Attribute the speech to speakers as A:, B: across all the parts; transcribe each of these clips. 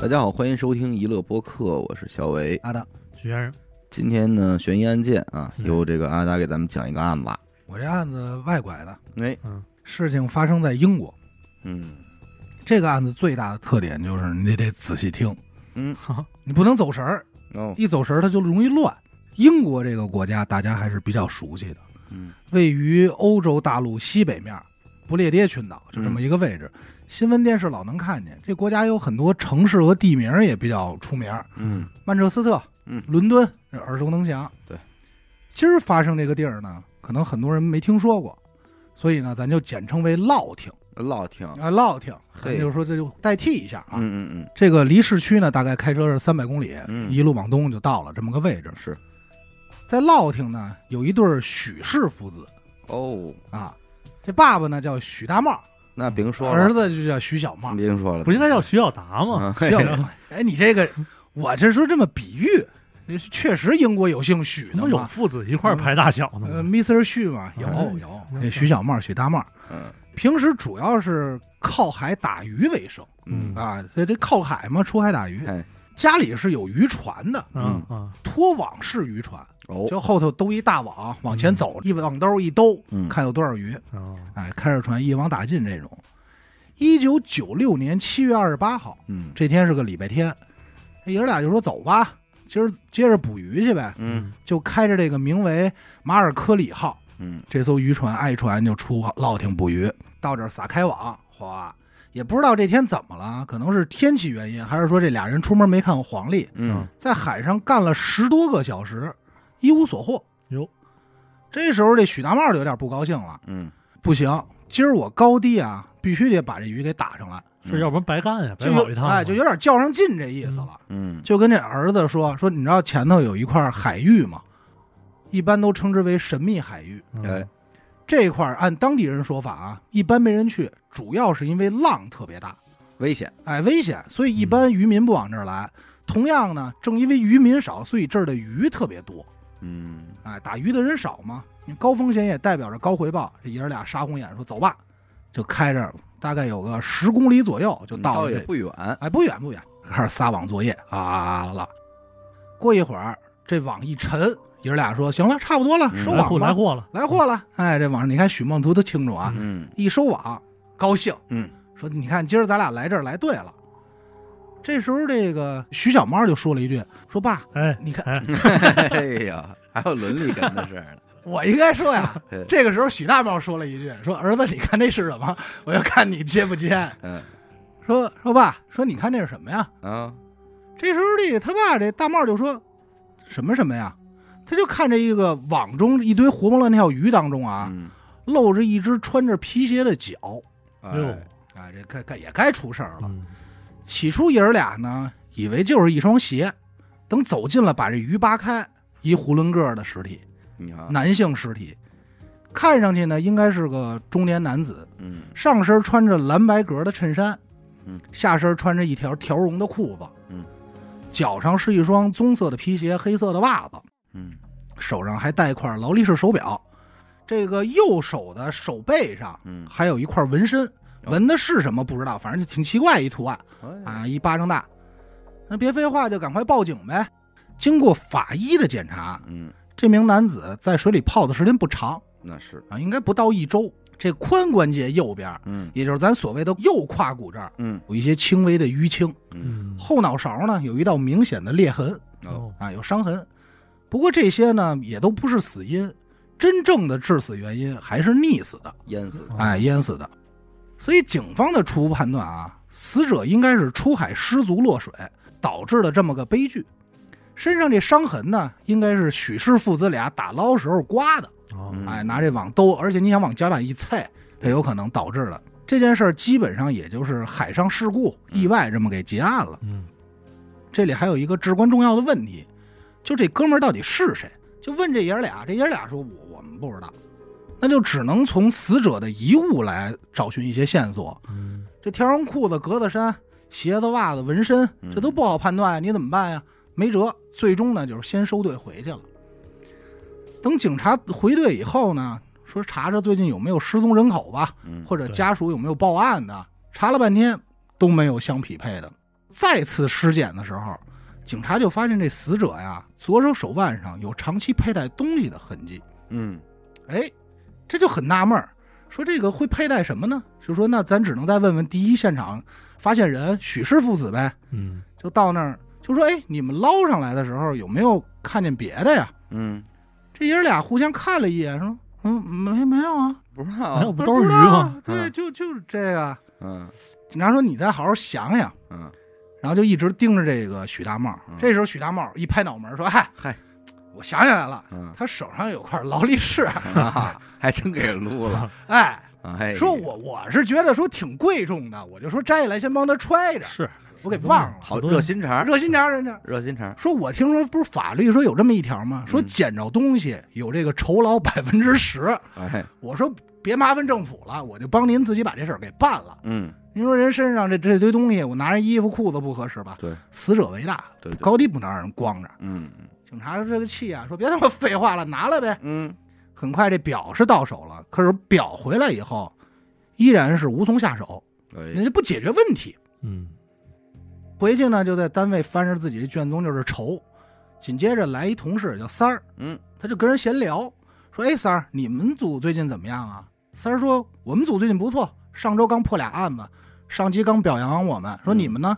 A: 大家好，欢迎收听娱乐播客，我是小维。
B: 阿达，
C: 许先 生，
A: 今天呢，悬疑案件啊，
C: 嗯
A: 由这个阿达给咱们讲一个案子。
B: 我这案子外拐的
A: 哎，
B: 事情发生在英国。
A: 嗯
B: 这个案子最大的特点就是你得仔细听，
A: 嗯，
B: 你不能走神儿，
A: 哦，
B: 一走神儿它就容易乱。英国这个国家大家还是比较熟悉的，
A: 嗯
B: 位于欧洲大陆西北面，不列颠群岛就这么一个位置。新闻电视老能看见，这国家有很多城市和地名也比较出名，
A: 嗯
B: 曼彻斯特、
A: 嗯
B: 伦敦这耳熟能详。
A: 对，
B: 今儿发生这个地儿呢，可能很多人没听说过，所以呢，咱就简称为烙挺
A: 嗯老挺，
B: 啊，烙挺，
A: 嘿
B: 咱就说这就代替一下啊。
A: 嗯嗯
B: 这个离市区呢，大概开车是三百公里，
A: 嗯
B: 一路往东就到了这么个位置
A: 嗯，。是
B: 在烙挺呢，有一对儿许氏父子
A: 哦，
B: 啊，这爸爸呢叫许大茂，
A: 那别说
B: 儿
A: 了，
B: 子就叫许小茂。
A: 别说了，
C: 不应该叫徐小达吗？
A: 啊
B: 许
A: 嘿
B: 小茂，哎，你这个，我这说这么比喻，确实英国有姓许
C: 怎
B: 的
C: 么有
B: 嘛。
C: 父子一块儿排大小
B: 呃
C: 呢？
B: ，Mr. 旭嘛，有
A: 哎
C: 嗯
B: 有，哎
C: 嗯
B: 那许小茂、许大茂，
A: 嗯
B: 平时主要是靠海打鱼为生
A: 嗯
B: 啊，这这靠海嘛，出海打鱼
A: 哎。
B: 家里是有渔船的，
C: 嗯啊，
B: 拖网式渔船，
A: 哦，
B: 就后头兜一大网，往前走，一网兜一兜，
A: 嗯
B: 看有多少鱼，
C: 啊
B: 哎，开着船一网打尽这种。一九九六年七月二十八号，
A: 嗯
B: 这天是个礼拜天，这爷儿俩就说走吧，今儿接着捕鱼去呗，
A: 嗯
B: 就开着这个名为马尔科里号。
A: 嗯
B: 这艘渔船爱船就出落挺捕鱼，到这儿撒开网，哗，也不知道这天怎么了，可能是天气原因，还是说这俩人出门没看黄历，
A: 嗯
B: 在海上干了十多个小时，一无所获。
C: 哟，
B: 这时候这许大茂就有点不高兴了，
A: 嗯，
B: 不行，今儿我高低啊，必须得把这鱼给打上来，
C: 是
A: 啊
C: 要不然白干呀，白
B: 就
C: 跑一
B: 有
C: 趟啊嘛。
B: 哎，嗯就有点较上劲这意思了。
A: 嗯
B: 就跟这儿子说说，你知道前头有一块海域吗？一般都称之为神秘海域。
C: 嗯
A: 哎
B: 这块儿按当地人说法啊，一般没人去，主要是因为浪特别大，
A: 危险，
B: 哎，危险，所以一般渔民不往这儿来。
A: 嗯
B: 同样呢，正因为渔民少，所以这儿的鱼特别多，
A: 嗯
B: 哎，打鱼的人少嘛，你高风险也代表着高回报。这爷儿俩杀红眼说走吧，就开着大概有个十公里左右就到
A: 嗯倒
B: 了
A: 也
B: 这，
A: 不远，
B: 哎，不远不远，开始撒网作业啊了。过一会儿这网一沉，爷儿俩说行了，差不多了，
A: 嗯
B: 收
C: 来
B: 网
C: 货来
B: 吧，
C: 货了，
B: 来货了。哎，这网上你看许梦图都清楚啊。
A: 嗯
B: 一收网，高兴，
A: 嗯，
B: 说你看今儿咱俩来这儿来对了。这时候，这个徐小猫就说了一句：“说爸，
C: 哎，
B: 你看
C: 哎，
A: 哎呀，还有伦理感的事儿呢，
B: 我应该 说呀。
A: 嘿”
B: 这个时候，许大猫说了一句：“说儿子，你看那是什么？我要看你接不接。
A: 嗯
B: 说说爸，说你看那是什么呀
A: 啊，？”
B: 这时候，这个他爸这大帽就说：“什么什么呀？”他就看这一个网中一堆活蹦乱跳鱼当中啊，
A: 嗯，
B: 露着一只穿着皮鞋的脚。
C: 哎
B: 啊，这该该也该出事儿了。
C: 嗯
B: 起初爷儿俩呢，以为就是一双鞋，等走近了，把这鱼扒开，一囫囵个儿的尸体，
A: 你看，
B: 男性尸体，看上去呢应该是个中年男子，
A: 嗯
B: 上身穿着蓝白格的衬衫，
A: 嗯，
B: 下身穿着一条条绒的裤子，
A: 嗯，
B: 脚上是一双棕色的皮鞋，黑色的袜子，
A: 嗯
B: 手上还戴一块劳力士手表，这个右手的手背上
A: 嗯，
B: 还有一块纹身，
A: 哦
B: 纹的是什么不知道，反正就挺奇怪一图案。
A: 哎
B: 啊，一巴掌大。那别废话，就赶快报警呗。经过法医的检查，
A: 嗯，
B: 这名男子在水里泡的时间不长
A: 那是，
B: 啊，应该不到一周。这髋关节右边，
A: 嗯
B: 也就是咱所谓的右胯骨这儿，
A: 嗯
B: 有一些轻微的淤青，
A: 嗯，
C: 嗯，
B: 后脑勺呢有一道明显的裂痕
A: 哦，
C: 哦，
B: 啊，有伤痕。不过这些呢也都不是死因，真正的致死原因还是溺死的，
A: 淹死的，
C: 哦
B: 哎，淹死的。所以警方的初步判断啊，死者应该是出海失足落水，导致了这么个悲剧。身上这伤痕呢，应该是许氏父子俩打捞时候刮的，
C: 哦
A: 嗯
B: 哎，拿这网兜，而且你想往甲板一踩，它有可能导致的。这件事儿基本上也就是海上事故、意外这么给结案了。
C: 嗯
B: 这里还有一个至关重要的问题，就这哥们儿到底是谁？就问这爷儿俩，这爷儿俩说我我们不知道，那就只能从死者的遗物来找寻一些线索。
C: 嗯，
B: 这条绒裤子、格子衫、鞋子、袜子、纹身
A: 嗯，
B: 这都不好判断呀，你怎么办呀？没辙，最终呢就是先收队回去了。等警察回队以后呢，说查查最近有没有失踪人口吧，
A: 嗯，
B: 或者
C: 对
B: 家属有没有报案的，查了半天都没有相匹配的。再次尸检的时候，警察就发现这死者呀，左手手腕上有长期佩戴东西的痕迹。
A: 嗯
B: 哎，这就很纳闷儿，说这个会佩戴什么呢？就说那咱只能再问问第一现场发现人许氏父子呗。
C: 嗯，
B: 就到那儿就说，哎，你们捞上来的时候有没有看见别的呀？
A: 嗯，
B: 这爷儿俩互相看了一眼，说，嗯，没没有啊，
A: 不知道
C: 没有
A: 啊，
C: 哎不都是
B: 知
C: 鱼
B: 道
C: 吗？
B: 啊？对，
A: 嗯
B: 就就是这个。
A: 嗯
B: 警察说你再好好想想，
A: 嗯，
B: 然后就一直盯着这个许大茂
A: 嗯。
B: 这时候许大茂一拍脑门说，嗨
A: 嗨，
B: 我想起来了，
A: 嗯，
B: 他手上有块劳力士，
A: 啊还真给撸了。
B: 哎。
A: 哎，
B: 说我我是觉得说挺贵重的，我就说摘下来先帮他揣着，
C: 是，
B: 我给忘了。
A: 好热心肠，
B: 热心肠人家
A: 热心肠。
B: 说，我听说不是法律说有这么一条吗？说
A: 嗯
B: 捡着东西有这个酬劳百分之十。
A: 哎，
B: 我说别麻烦政府了，我就帮您自己把这事儿给办了。
A: 嗯，
B: 您说人身上这这堆东西，我拿人衣服裤子不合适吧？
A: 对，
B: 死者为大，
A: 对对，
B: 高低不能让人光着。
A: 嗯
B: 警察这个气啊，说别他妈废话了，拿来呗。
A: 嗯，
B: 很快这表是到手了，可是表回来以后，依然是无从下手，人
A: 哎，
B: 家不解决问题。
C: 嗯，
B: 回去呢，就在单位翻着自己的卷宗，就是愁。紧接着来一同事叫三儿，
A: 嗯，
B: 他就跟人闲聊，说：“哎，三儿，你们组最近怎么样啊？”三儿说：“我们组最近不错，上周刚破俩案子，上级刚表扬我们。说
A: 嗯
B: 你们呢？”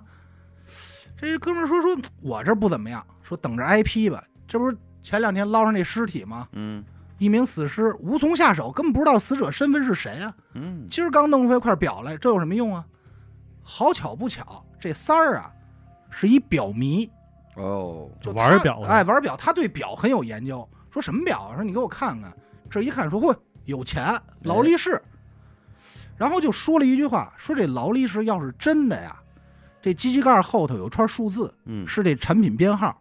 B: 这哥们儿说：“说我这不怎么样，说等着挨批吧。这不是前两天捞上那尸体吗？
A: 嗯
B: 一名死尸无从下手，根本不知道死者身份是谁啊。
A: 嗯，
B: 今儿刚弄出来块表来，这有什么用啊？好巧不巧，这三儿啊，是一表迷，
A: 哦，
B: 就
C: 玩儿
B: 他
C: 表的
B: 哎，玩表，他对表很有研究。说什么表啊？说你给我看看。这一看说，嚯，有钱，劳力士。然后就说了一句话，说这劳力士要是真的呀，这机器盖儿后头有串数字，
A: 嗯
B: 是这产品编号，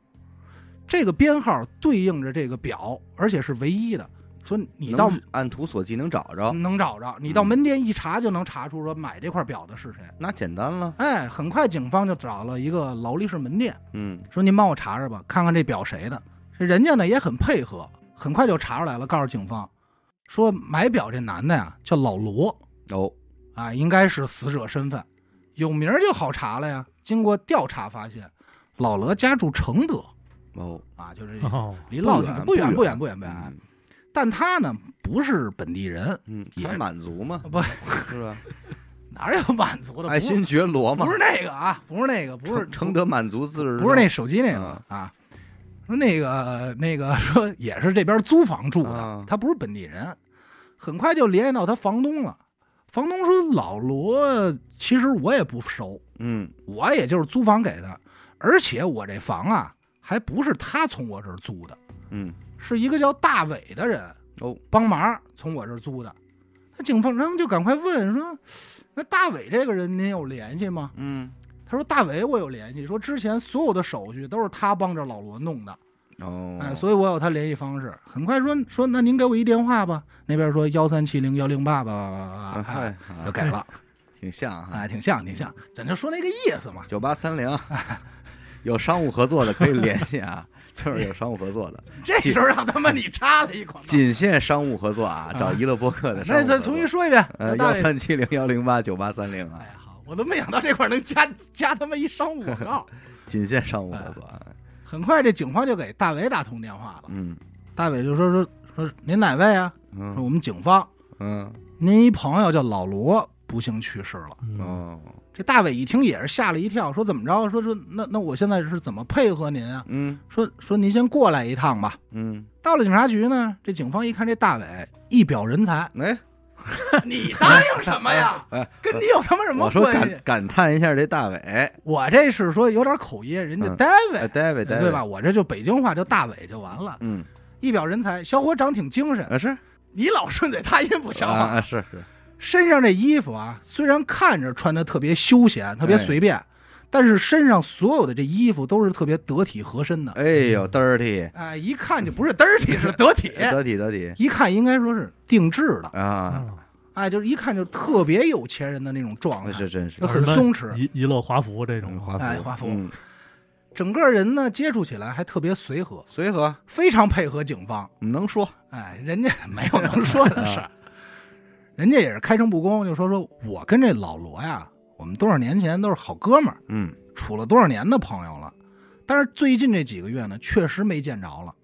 B: 这个编号对应着这个表，而且是唯一的。说你到
A: 能按图索骥能找着，
B: 能找着，你到
A: 嗯
B: 门店一查就能查出说买这块表的是谁。
A: 那简单了。
B: 哎，很快警方就找了一个劳力士门店，
A: 嗯
B: 说您帮我查查吧，看看这表谁的。这人家呢也很配合，很快就查出来了，告诉警方说买表这男的呀叫老罗
A: 哦，
B: 啊，应该是死者身份，有名儿就好查了呀。经过调查发现，老罗家住承德
A: 哦，
B: 啊，就是
C: 哦，
B: 离老家不远
A: 不
B: 不
A: 远
B: 远不远不远，但他呢不是本地人，
A: 嗯，
B: 也
A: 他满足嘛，
B: 不
A: 是吧？
B: 哪有满族的？
A: 嗯爱
B: 不
A: 新觉罗嘛
B: 不，是那个啊，不是那个，不是
A: 承承德嗯满族自治州，
B: 不是那手机那个啊，说那个那个说也是这边租房住的
A: 啊，
B: 他不是本地人，很快就联系到他房东了。房东说：“老罗，其实我也不熟，
A: 嗯
B: 我也就是租房给的，而且我这房啊还不是他从我这儿租的，
A: 嗯
B: 是一个叫大伟的人
A: 哦
B: 帮忙从我这儿租的。”那警方然后就赶快问说：“那大伟这个人您有联系吗？”
A: 嗯
B: 他说大伟我有联系，说之前所有的手续都是他帮着老罗弄的，
A: 哦，
B: 哎，所以我有他联系方式。很快说说那您给我一电话吧，那边说幺三七零幺零八吧，
A: 啊嗨
B: 哎，
A: 啊
B: 就给了，
A: 挺像哈，
B: 哎，挺像挺像，咱就说那个意思嘛。
A: 九八三零。有商务合作的可以联系啊，就是有商务合 作的，
B: 这时候让他妈你插了一口，
A: 仅限商务合作啊，找娱乐播客的商务
B: 哎那
A: 合作。
B: 再重新说一遍，
A: 呃，
B: 大
A: 幺
B: 伟，
A: 三七零幺零八九八三零
B: 哎
A: 啊，
B: 呀，好，我都没想到这块能加加他妈一商务广 告。
A: 仅限商务合作
B: 哎
A: 啊。
B: 很快这警方就给大伟打通电话了，
A: 嗯
B: 大伟就说说说您哪位啊？说
A: 嗯
B: 我们警方，
A: 嗯
B: 您一朋友叫老罗不幸去世了。
C: 嗯
A: 哦
B: 这大伟一听也是吓了一跳，说怎么着？说说那那我现在是怎么配合您啊？
A: 嗯
B: 说说您先过来一趟吧。
A: 嗯，，
B: 到了警察局呢，这警方一看这大伟一表人才
A: 哎，
B: 你答应什么 呀？
A: 哎
B: 跟你有他妈什么
A: 我说
B: 关系
A: 感？感叹一下这大伟，哎
B: 我这是说有点口音，人家
A: 嗯
B: David、
A: ，David，David
B: 对吧？？我这就北京话叫大伟就完了，
A: 嗯，
B: 一表人才，小伙长挺精神。
A: 啊是，
B: 你老顺嘴他音不行
A: 啊
B: 吗？
A: 啊是是，
B: 身上这衣服啊，虽然看着穿的特别休闲、特别
A: 哎
B: 随便，但是身上所有的这衣服都是特别得体合身的。
A: 哎呦，dirty，
B: 哎，一看就不是 dirty，是 得体，
A: 得体得体
B: 一看应该说是定制的，
A: 啊，
C: 啊
B: 哎，就是一看就特别有钱人的那种状
A: 那
B: 态，
A: 是哎真是
B: 就很松弛，
C: 一一乐华服这种
A: 嗯，华
B: 哎
A: 服，
B: 华服
A: 嗯
B: 整个人呢接触起来还特别随和，
A: 随和，嗯
B: 非常配合警方。
A: 能说，
B: 哎，人家没有能说的 事儿，人家也是开诚布公，就说说我跟这老罗呀，我们多少年前都是好哥们儿，
A: 嗯
B: 处了多少年的朋友了，但是最近这几个月呢，确实没见着了。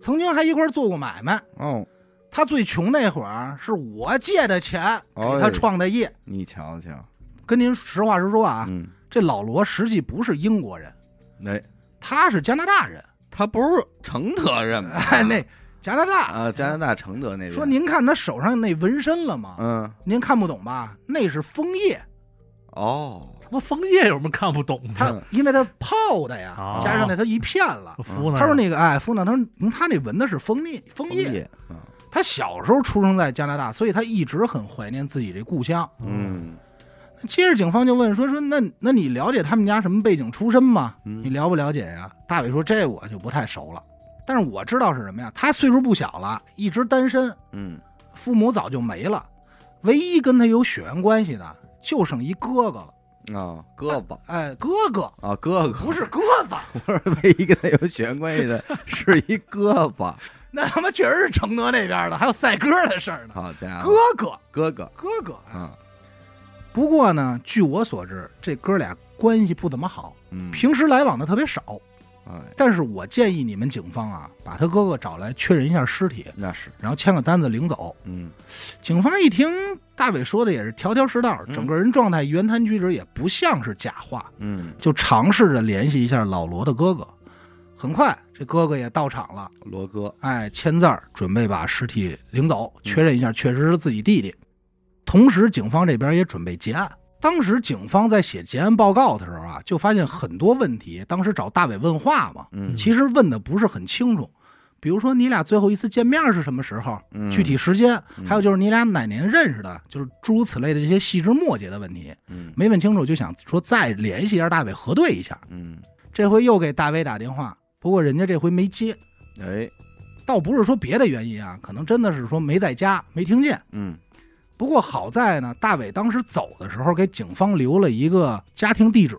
B: 曾经还一块儿做过买卖，
A: 哦，
B: 他最穷那会儿啊是我借的钱给他
A: 哎
B: 创的业。
A: 你瞧瞧，
B: 跟您实话实说啊，
A: 嗯，
B: 这老罗实际不是英国人，
A: 哎，
B: 他是加拿大人。
A: 他不是承德人吗？
B: 哎，那加拿大
A: 啊，加拿大承德那边
B: 说，您看他手上那纹身了吗？
A: 嗯，
B: 您看不懂吧？那是枫叶，
A: 哦，
C: 他妈枫叶有什么看不懂
A: 嗯
C: 的？
B: 他因为他泡的呀
C: 哦，
B: 加上那他一片了。
C: 我服呢。
B: 他说那个哎，夫呢？他说嗯他那纹的是枫叶，枫
A: 枫
B: 叶。
A: 叶，嗯
B: 他小时候出生在加拿大，所以他一直很怀念自己这故乡。
A: 嗯
B: 接着警方就问说说那那你了解他们家什么背景出身吗？
A: 嗯
B: 你了不了解呀？大伟说这我就不太熟了，但是我知道是什么呀？他岁数不小了，一直单身，
A: 嗯，
B: 父母早就没了，唯一跟他有血缘关系的就剩一哥哥了。
A: 啊，胳膊
B: 哎，哥哥
A: 啊，胳膊，
B: 不是鸽子，
A: 不是唯一跟他有血缘关系的是一胳膊，
B: 那他妈确实是承德那边的，还有赛鸽的事儿呢。
A: 好家
B: 哥
A: 伙，
B: 哥，
A: 哥哥，
B: 哥哥。
A: 嗯
B: 不过呢，据我所知，这哥俩关系不怎么好，
A: 嗯，
B: 平时来往的特别少。
A: 哎，
B: 但是我建议你们警方啊，把他哥哥找来确认一下尸体，
A: 那是，
B: 然后签个单子领走。
A: 嗯
B: 警方一听大伟说的也是条条是道，
A: 嗯
B: 整个人状态、言谈举止也不像是假话，
A: 嗯，
B: 就尝试着联系一下老罗的哥哥。很快，这哥哥也到场了，
A: 罗哥，
B: 哎，签字儿，准备把尸体领走，
A: 嗯
B: 确认一下确实是自己弟弟。同时，警方这边也准备结案。当时警方在写结案报告的时候啊，就发现很多问题。当时找大伟问话嘛，
A: 嗯
B: 其实问的不是很清楚，比如说你俩最后一次见面是什么时候，
A: 嗯，
B: 具体时间，
A: 嗯
B: 还有就是你俩哪年认识的，就是诸如此类的这些细枝末节的问题，
A: 嗯
B: 没问清楚，就想说再联系一下大伟核对一下。
A: 嗯，
B: 这回又给大伟打电话，不过人家这回没接，
A: 哎，
B: 倒不是说别的原因啊，可能真的是说没在家，没听见。
A: 嗯
B: 不过好在呢，大伟当时走的时候给警方留了一个家庭地址，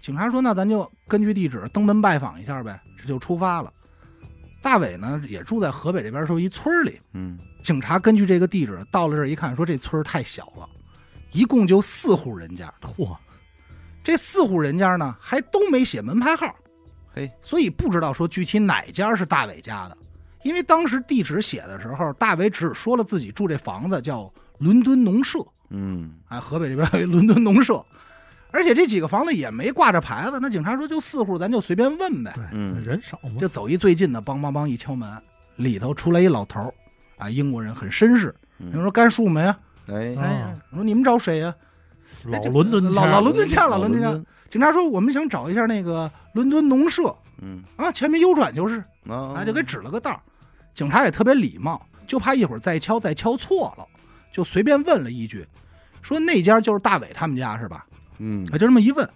B: 警察说那咱就根据地址登门拜访一下呗，这就出发了。大伟呢也住在河北这边，说一村儿里，
A: 嗯，
B: 警察根据这个地址到了这儿一看，说这村儿太小了，一共就四户人家，
C: 嚯，
B: 这四户人家呢还都没写门牌号，
A: 嘿，
B: 所以不知道说具体哪家是大伟家的，因为当时地址写的时候，大伟只说了自己住这房子叫伦敦农舍，
A: 嗯
B: 哎，河北这边有一伦敦农舍，而且这几个房子也没挂着牌子，那警察说就四户，咱就随便问呗，
C: 对，
A: 嗯
C: 人少嘛，
B: 就走一最近的，梆梆梆一敲门，里头出来一老头儿，啊，英国人很绅士，
A: 嗯，
B: 人说干什么呀？
A: 哎，
C: 啊
B: 哎呀，我说你们找谁呀、
C: 老伦敦
B: 哎老
C: 腔
B: 老伦敦腔，老
A: 老
B: 伦敦腔
A: 敦。
B: 警察说我们想找一下那个伦敦农舍
A: 嗯，
B: 啊，前面右转就是，
A: 啊
B: 啊，就给指了个道儿。警察也特别礼貌，就怕一会儿再敲再敲错了，就随便问了一句，说那家就是大伟他们家是吧？
A: 嗯
B: 啊，就这么一问，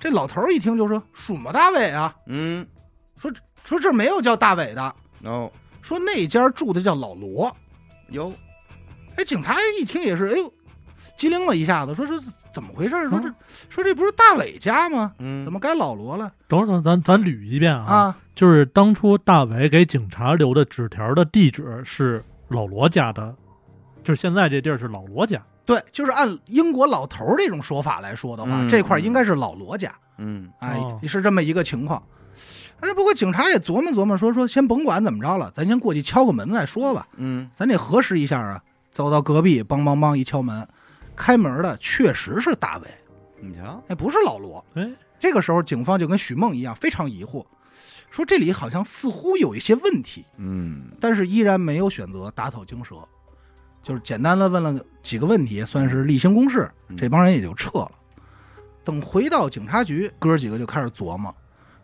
B: 这老头儿一听就说什么大伟啊，
A: 嗯，
B: 说这儿没有叫大伟的，
A: 哦
B: 说那家住的叫老罗。
A: 哟，
B: 哎，警察一听也是，哎呦，机灵了一下子，说说怎么回事儿？说这说这不是大伟家吗？
A: 嗯，
B: 怎么该老罗了
C: 等会儿，等会儿咱咱捋一遍啊，
B: 啊？
C: 就是当初大伟给警察留的纸条的地址是老罗家的，就是现在这地儿是老罗家。
B: 对，就是按英国老头儿这种说法来说的话，
A: 嗯
B: 这块儿
A: 嗯
B: 应该是老罗家，
A: 嗯
B: 哎，
C: 哦
B: 是这么一个情况。哎，不过警察也琢磨琢磨，说说先甭管怎么着了，咱先过去敲个门再说吧，
A: 嗯
B: 咱得核实一下啊。走到隔壁，梆梆梆一敲门，开门的确实是大伟，
A: 你瞧，
B: 哎，不是老罗。
C: 哎，
A: 嗯
B: 这个时候，警方就跟许梦一样，非常疑惑，说这里好像似乎有一些问题，
A: 嗯
B: 但是依然没有选择打草惊蛇，就是简单的问了几个问题，算是例行公事。
A: 嗯
B: 这帮人也就撤了。等回到警察局，哥几个就开始琢磨，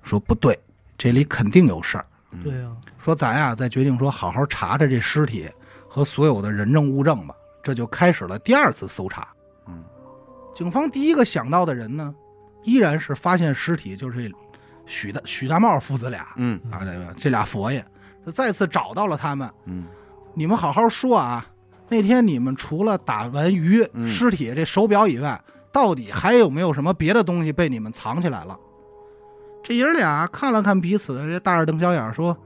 B: 说不对，这里肯定有事儿。
A: 嗯
C: 对呀、
B: 说咱呀、再决定说好好查查这尸体和所有的人证物证吧。这就开始了第二次搜查。
A: 嗯，
B: 警方第一个想到的人呢，依然是发现尸体就是这许大许大茂父子俩
A: 嗯
B: 啊，这个这俩佛爷，再次找到了他们。
A: 嗯
B: 你们好好说啊，那天你们除了打完鱼、
A: 嗯
B: 尸体这手表以外，到底还有没有什么别的东西被你们藏起来了？这爷儿俩看了看彼此，这大眼瞪小眼儿说：“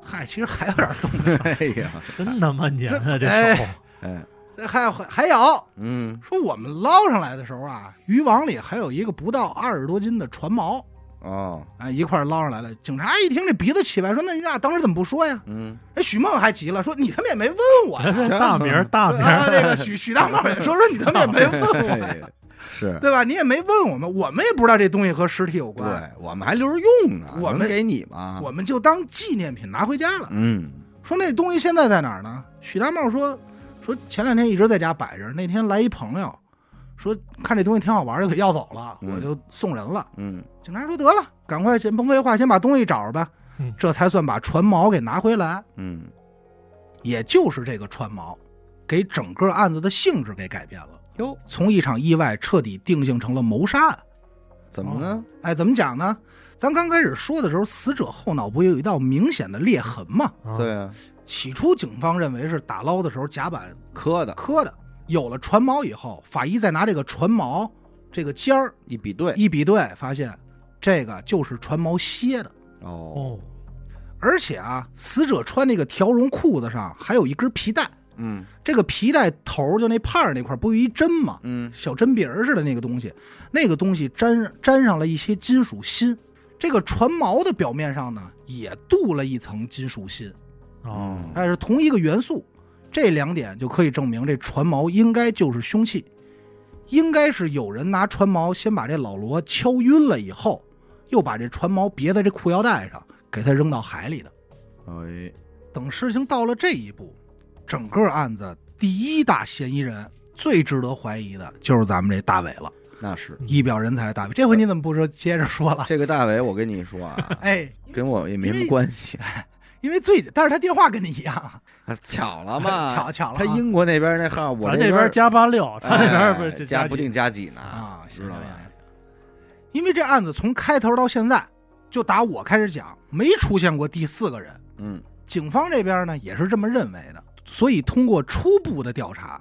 B: 嗨，其实还有点东西。
A: 哎呀，
C: 真他妈黏啊！这
B: 哎
C: 手，
A: 哎，
B: 还还还有
A: 嗯
B: 说我们捞上来的时候啊，渔网里还有一个不到二十多斤的船锚，
A: 哦
B: 哎，一块儿捞上来了。警察一听这鼻子起白，说：“那你俩当时怎么不说呀
A: 嗯，？”
B: 哎，许梦还急了，说：“你他妈也没问我 呀！”
C: 这大名儿大名
B: 啊，
C: 儿，
B: 那个许许大茂也说说你他妈也没问我呀，
A: 嘿是
B: 对吧？你也没问我们，我们也不知道这东西和尸体有关，
A: 对，嗯我们还留着用呢，
B: 我们
A: 能给你吗？
B: 我们就当纪念品拿回家了。
A: 嗯
B: 说那东西现在在哪儿呢？许大茂说说前两天一直在家摆着，那天来一朋友，说看这东西挺好玩的，给要走了，
A: 嗯
B: 我就送人了。
A: 嗯
B: 警察说得了，赶快先甭废话，先把东西找着吧
C: 嗯。
B: 这才算把船锚给拿回来，
A: 嗯，
B: 也就是这个船锚，给整个案子的性质给改变了，
A: 哟，
B: 从一场意外彻底定性成了谋杀案。
A: 怎么呢？
B: 哎，怎么讲呢？咱刚开始说的时候，死者后脑部有一道明显的裂痕嘛。
C: 啊
A: 对啊，
B: 起初警方认为是打捞的时候甲板
A: 磕的，
B: 磕的，有了船锚以后，法医再拿这个船锚这个尖儿
A: 一比对，
B: 一比对，发现这个就是船锚楔的。
A: 哦，
C: 哦，
B: 而且啊，死者穿那个条绒裤子上还有一根皮带，
A: 嗯
B: 这个皮带头儿就那帕儿那块儿不有一针吗？
A: 嗯，
B: 小针鼻儿似的那个东西，那个东西沾沾上了一些金属锌。这个船锚的表面上呢，也镀了一层金属锌，
C: 哦，
A: 嗯
B: 哎，是同一个元素。这两点就可以证明这船锚应该就是凶器，应该是有人拿船锚先把这老罗敲晕了以后，又把这船锚别在这裤腰带上，给他扔到海里的。
A: 哎，
B: 等事情到了这一步，整个案子第一大嫌疑人、最值得怀疑的就是咱们这大伟了，
A: 那是
B: 一表人才的大伟。这回你怎么不说接着说了？，
A: 这个大伟，我跟你说啊
B: 哎，
A: 跟我也没什么关系，
B: 因为最，但是他电话跟你一样，
A: 巧了嘛，
B: 巧巧了啊
A: 他英国那边那号，我
C: 咱
A: 这
C: 边加八六，他这边不
A: 哎
C: 是
A: 加不
C: 几
A: 定加几呢？
B: 啊，
A: 知道吧？
B: 因为这案子从开头到现在，就打我开始讲，没出现过第四个人。
A: 嗯
B: 警方这边呢也是这么认为的，所以通过初步的调查，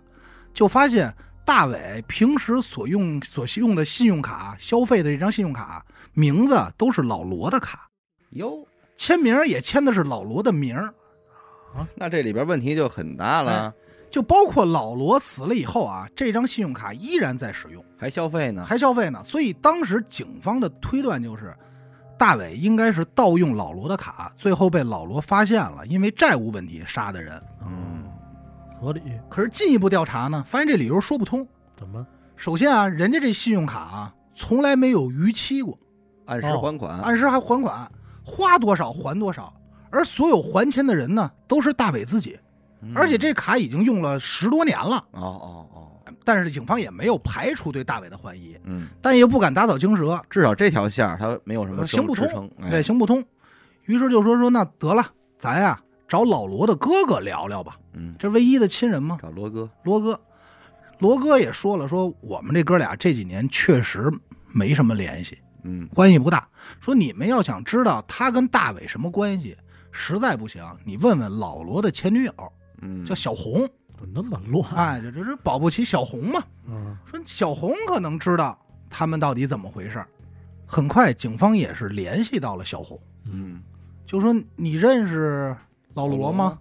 B: 就发现大伟平时所用所用的信用卡消费的这张信用卡名字都是老罗的卡，
A: 哟，
B: 签名也签的是老罗的名儿，
A: 那这里边问题就很大了，
B: 就包括老罗死了以后啊，这张信用卡依然在使用，
A: 还消费呢？
B: 还消费呢。所以当时警方的推断就是，大伟应该是盗用老罗的卡，最后被老罗发现了，因为债务问题杀的人。
A: 嗯，
C: 合理，
B: 可是进一步调查呢，发现这理由说不通。
C: 怎么
B: 首先啊，人家这信用卡啊，从来没有逾期过，
A: 按时
C: 哦
A: 还款，
B: 按时还还款，花多少还多少。而所有还钱的人呢，都是大伟自己，
A: 嗯
B: 而且这卡已经用了十多年了。
A: 哦哦哦，
B: 但是警方也没有排除对大伟的怀疑，
A: 嗯，
B: 但也不敢打草惊蛇，
A: 至少这条线儿它没有什么
B: 呃行不
A: 支
B: 通
A: 撑，，
B: 对，
A: 哎，
B: 行不通。于是就说说那得了，咱呀找老罗的哥哥聊聊吧，
A: 嗯，
B: 这唯一的亲人嘛，
A: 找罗哥，
B: 罗哥。罗哥也说了，说我们这哥俩这几年确实没什么联系，
A: 嗯
B: 关系不大。说你们要想知道他跟大伟什么关系，实在不行，你问问老罗的前女友
A: 嗯，
B: 叫小红，
C: 怎么那么乱？
B: 哎，这这这保不齐小红嘛。
C: 嗯，
B: 说小红可能知道他们到底怎么回事儿。很快，警方也是联系到了小红，
A: 嗯
B: 就说你认识老罗吗？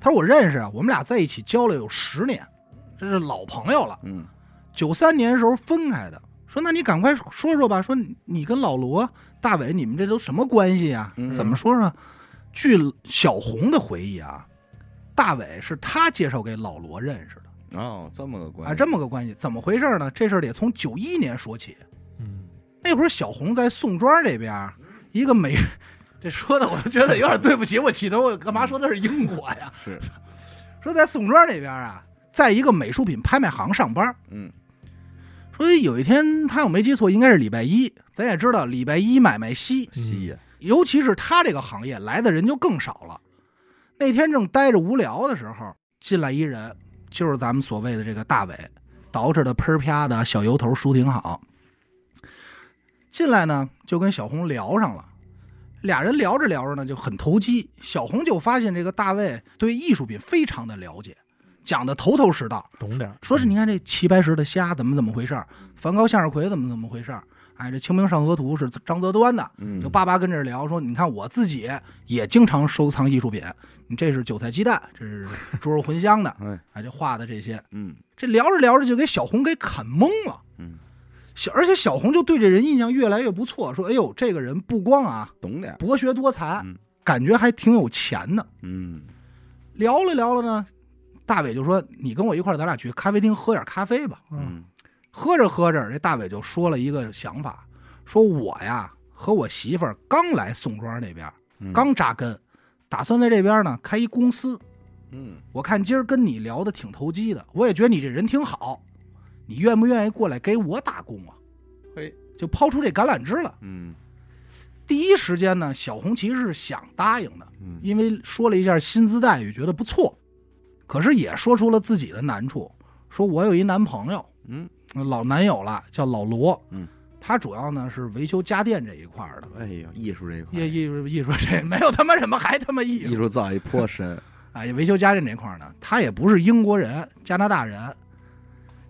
B: 他说我认识啊，我们俩在一起交了有十年，这是老朋友了。
A: 嗯
B: 九三年时候分开的。说那你赶快说说吧，说你你跟老罗、大伟你们这都什么关系啊？
A: 嗯
B: 怎么说说？据小红的回忆啊，大伟是他介绍给老罗认识的
A: 哦，这么个关
B: 啊，
A: 系，
B: 这么个关系。怎么回事呢？这事儿得从九一年说起。
C: 嗯，
B: 那会儿小红在宋庄这边儿，一个美，这说的我都觉得有点对不起我启东，我干嘛说的是英国呀？
A: 是，
B: 说在宋庄这边儿啊，在一个美术品拍卖行上班儿，
A: 嗯
B: 所以有一天，他我没记错，应该是礼拜一。咱也知道，礼拜一买卖稀，
A: 西呀，
B: 尤其是他这个行业来的人就更少了。那天正待着无聊的时候，进来一人，就是咱们所谓的这个大伟，捯饬的喷儿啪的小油头梳挺好。进来呢，就跟小红聊上了。俩人聊着聊着呢，就很投机。小红就发现这个大卫对艺术品非常的了解，讲的头头是道。
C: 懂点儿
B: 说是你看这齐白石的虾怎么怎么回事儿，梵高向日葵怎么怎么回事儿哎，这《清明上河图》是张择端的，
A: 嗯，，
B: 就爸爸跟这儿聊说，你看我自己也经常收藏艺术品，你这是韭菜鸡蛋，这是猪肉茴香的
A: 哎，
B: 哎，就画的这些。
A: 嗯
B: 这聊着聊着就给小红给砍懵了，
A: 嗯，
B: 小而且小红就对这人印象越来越不错，说哎呦，这个人不光啊
A: 懂点儿，
B: 博学多才
A: 嗯，
B: 感觉还挺有钱的。
A: 嗯
B: 聊了聊了呢，大伟就说你跟我一块儿，咱俩去咖啡厅喝点咖啡吧。
C: 嗯，
A: 嗯
B: 喝着喝着，这大伟就说了一个想法，说我呀和我媳妇儿刚来宋庄那边。
A: 嗯，
B: 刚扎根，打算在这边呢开一公司。
A: 嗯
B: 我看今儿跟你聊的挺投机的，我也觉得你这人挺好，你愿不愿意过来给我打工啊？
A: 嘿，
B: 就抛出这橄榄枝了。
A: 嗯
B: 第一时间呢，小红旗是想答应的，
A: 嗯
B: 因为说了一下薪资待遇，觉得不错，可是也说出了自己的难处，说我有一男朋友，
A: 嗯，
B: 老男友了，叫老罗，
A: 嗯，
B: 他主要呢是维修家电这一块儿的。
A: 哎呦，艺术这一块
B: 艺
A: 儿，
B: 艺术艺术这没有他妈什么，还他妈艺术
A: 艺术造诣颇深，
B: 啊，也维修家电这块儿呢，他也不是英国人，加拿大人，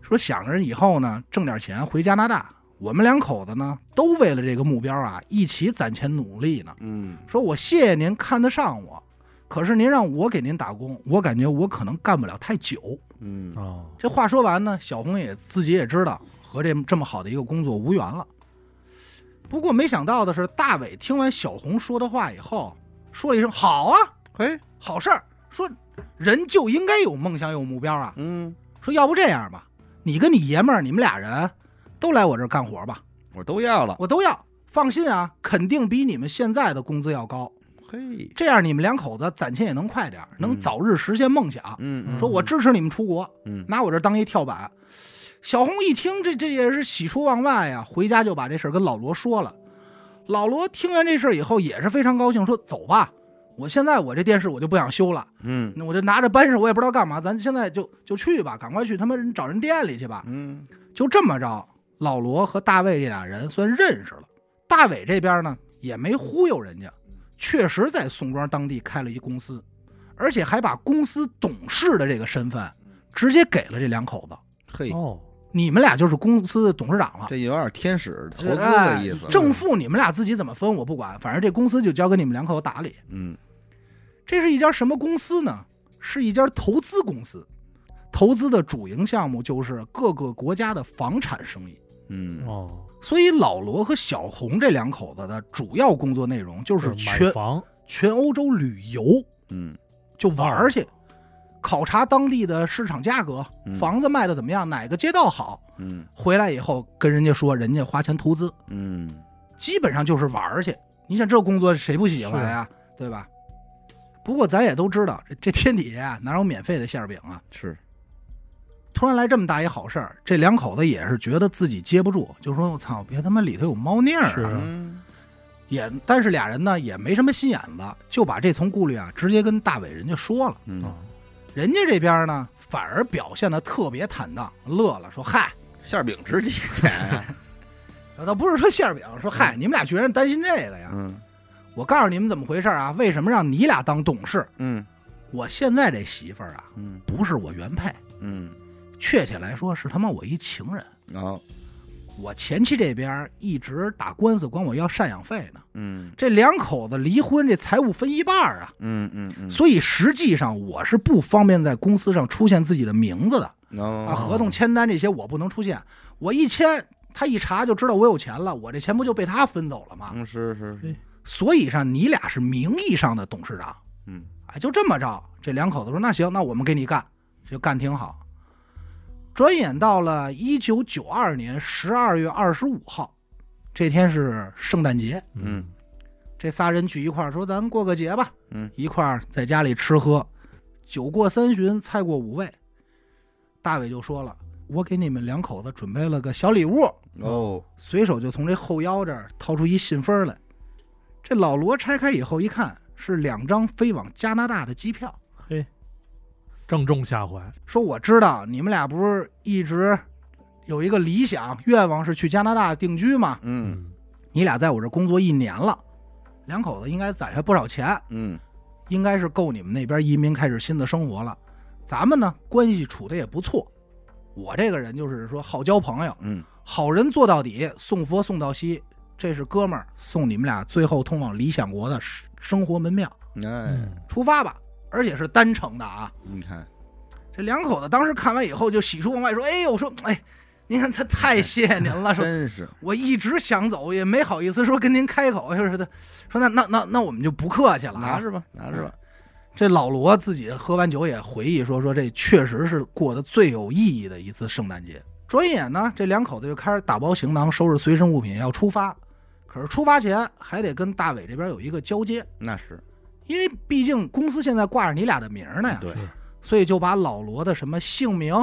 B: 说想着以后呢挣点钱回加拿大。我们两口子呢，都为了这个目标啊，一起攒钱努力呢。
A: 嗯
B: 说我谢谢您看得上我，可是您让我给您打工，我感觉我可能干不了太久。
A: 嗯
C: 哦，
B: 这话说完呢，小红也自己也知道和这这么好的一个工作无缘了。不过没想到的是，大伟听完小红说的话以后，说了一声“好啊”，
A: 嘿，
B: 好事儿，说人就应该有梦想有目标啊。
A: 嗯，
B: 说要不这样吧，你跟你爷们儿，你们俩人都来我这儿干活吧，
A: 我都要了，
B: 我都要。放心啊，肯定比你们现在的工资要高。
A: 嘿，
B: 这样你们两口子攒钱也能快点儿，能
A: 嗯
B: 早日实现梦想。
A: 嗯
C: 嗯
B: 说我支持你们出国，
A: 嗯
B: 拿我这当一跳板。小红一听，这这也是喜出望外呀，回家就把这事儿跟老罗说了。老罗听完这事儿以后也是非常高兴，说走吧，我现在我这电视我就不想修了。
A: 嗯
B: 那我就拿着扳手，我也不知道干嘛，咱现在就就去吧，赶快去他妈人找人店里去吧。
A: 嗯
B: 就这么着，老罗和大卫这俩人算认识了。大伟这边呢也没忽悠人家，确实在宋庄当地开了一公司，而且还把公司董事的这个身份直接给了这两口子。
A: 嘿，
C: 哦，
B: 你们俩就是公司的董事长了，
A: 这有点天使投资的意思，
B: 哎正负你们俩自己怎么分我不管，反正这公司就交给你们两口子打理。
A: 嗯
B: 这是一家什么公司呢？是一家投资公司，投资的主营项目就是各个国家的房产生意。
A: 嗯
C: 哦，
B: 所以老罗和小红这两口子的主要工作内容就是
C: 是买
B: 全
C: 房，
B: 全欧洲旅游，
A: 嗯
B: 就玩儿去，考察当地的市场价格，
A: 嗯
B: 房子卖的怎么样，哪个街道好，
A: 嗯
B: 回来以后跟人家说人家花钱投资，
A: 嗯
B: 基本上就是玩儿去。你想这工作谁不喜欢呀、对吧？不过咱也都知道，这这天底下啊哪有免费的馅儿饼啊？
A: 是，
B: 突然来这么大一好事儿，这两口子也是觉得自己接不住，就说：“我操，别他妈里头有猫腻儿、啊。
C: 是啊
A: 嗯
B: 也，但是俩人呢也没什么心眼子，就把这层顾虑啊直接跟大伟人家说了。
A: 嗯，
C: 啊
B: 人家这边呢反而表现的特别坦荡，乐了，说：“嗨，
A: 馅饼值几个钱啊呀？
B: 倒不是说馅儿饼，说嗨，你们俩居然担心这个呀？
A: 嗯
B: 我告诉你们怎么回事儿啊？为什么让你俩当董事？
A: 嗯
B: 我现在这媳妇儿啊，
A: 嗯
B: 不是我原配，
A: 嗯，哦
B: 确切来说是他妈我一情人。
A: 然后
B: 我前妻这边一直打官司管我要赡养费呢。
A: 嗯
B: 这两口子离婚，这财务分一半儿啊。”
A: 嗯嗯嗯，
B: 所以实际上我是不方便在公司上出现自己的名字的
A: 然后
B: 啊，合同签单这些我不能出现。我一签，他一查就知道我有钱了，我这钱不就被他分走了吗？
A: 嗯是是是，
B: 所以上你俩是名义上的董事长，
A: 嗯
B: 哎，就这么着。这两口子说那行，那我们给你干，就干挺好。转眼到了一九九二年十二月二十五号，这天是圣诞节，
A: 嗯
B: 这仨人聚一块儿说：“咱过个节吧。”
A: 嗯，
B: 一块儿在家里吃喝，酒过三巡，菜过五味。大伟就说了：“我给你们两口子准备了个小礼物。
A: 哦”
B: 随手就从这后腰这儿掏出一信封来。这老罗拆开以后一看，是两张飞往加拿大的机票。
C: 嘿，正中下怀，
B: 说：“我知道你们俩不是一直有一个理想愿望是去加拿大定居吗？
A: 嗯
C: 嗯，
B: 你俩在我这工作一年了，两口子应该攒下不少钱。
A: 嗯
B: 应该是够你们那边移民开始新的生活了。咱们呢，关系处的也不错。我这个人就是说好交朋友，
A: 嗯
B: 好人做到底，送佛送到西，这是哥们儿送你们俩最后通往理想国的生生活门票，
A: 哎，
C: 嗯，
B: 出发吧！而且是单程的啊。
A: 你看，
B: 这两口子当时看完以后就喜出望外，说：“哎呦，我说，哎，您看他太谢谢您了，说
A: 真是
B: 我一直想走，也没好意思说跟您开口，就是的，说那那那那我们就不客气了啊。
A: 拿着吧，拿着吧，
B: 这老罗自己喝完酒也回忆说说，这确实是过得最有意义的一次圣诞节。转眼呢，这两口子就开始打包行囊，收拾随身物品要出发。可是出发前还得跟大伟这边有一个交接，
A: 那是
B: 因为毕竟公司现在挂着你俩的名儿呢呀，
A: 对
C: 是
B: 所以就把老罗的什么姓名。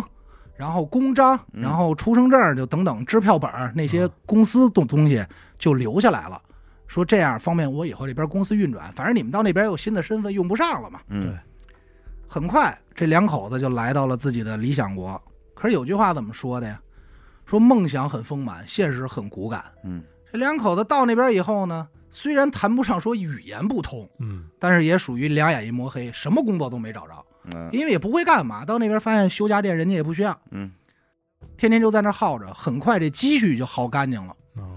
B: 然后公章，
A: 嗯
B: 然后出生证，就等等支票本儿那些
C: 嗯
B: 公司的东西就留下来了，说这样方便我以后这边公司运转。反正你们到那边有新的身份，用不上了嘛。
A: 嗯，
B: 很快，这两口子就来到了自己的理想国。可是有句话怎么说的呀？说梦想很丰满，现实很骨感。
A: 嗯，
B: 这两口子到那边以后呢，虽然谈不上说语言不通，
C: 嗯，
B: 但是也属于两眼一抹黑，什么工作都没找着，
A: 嗯
B: 因为也不会干嘛。到那边发现修家电人家也不需要，
A: 嗯，
B: 天天就在那儿耗着。很快这积蓄就耗干净了。
A: 嗯
C: 哦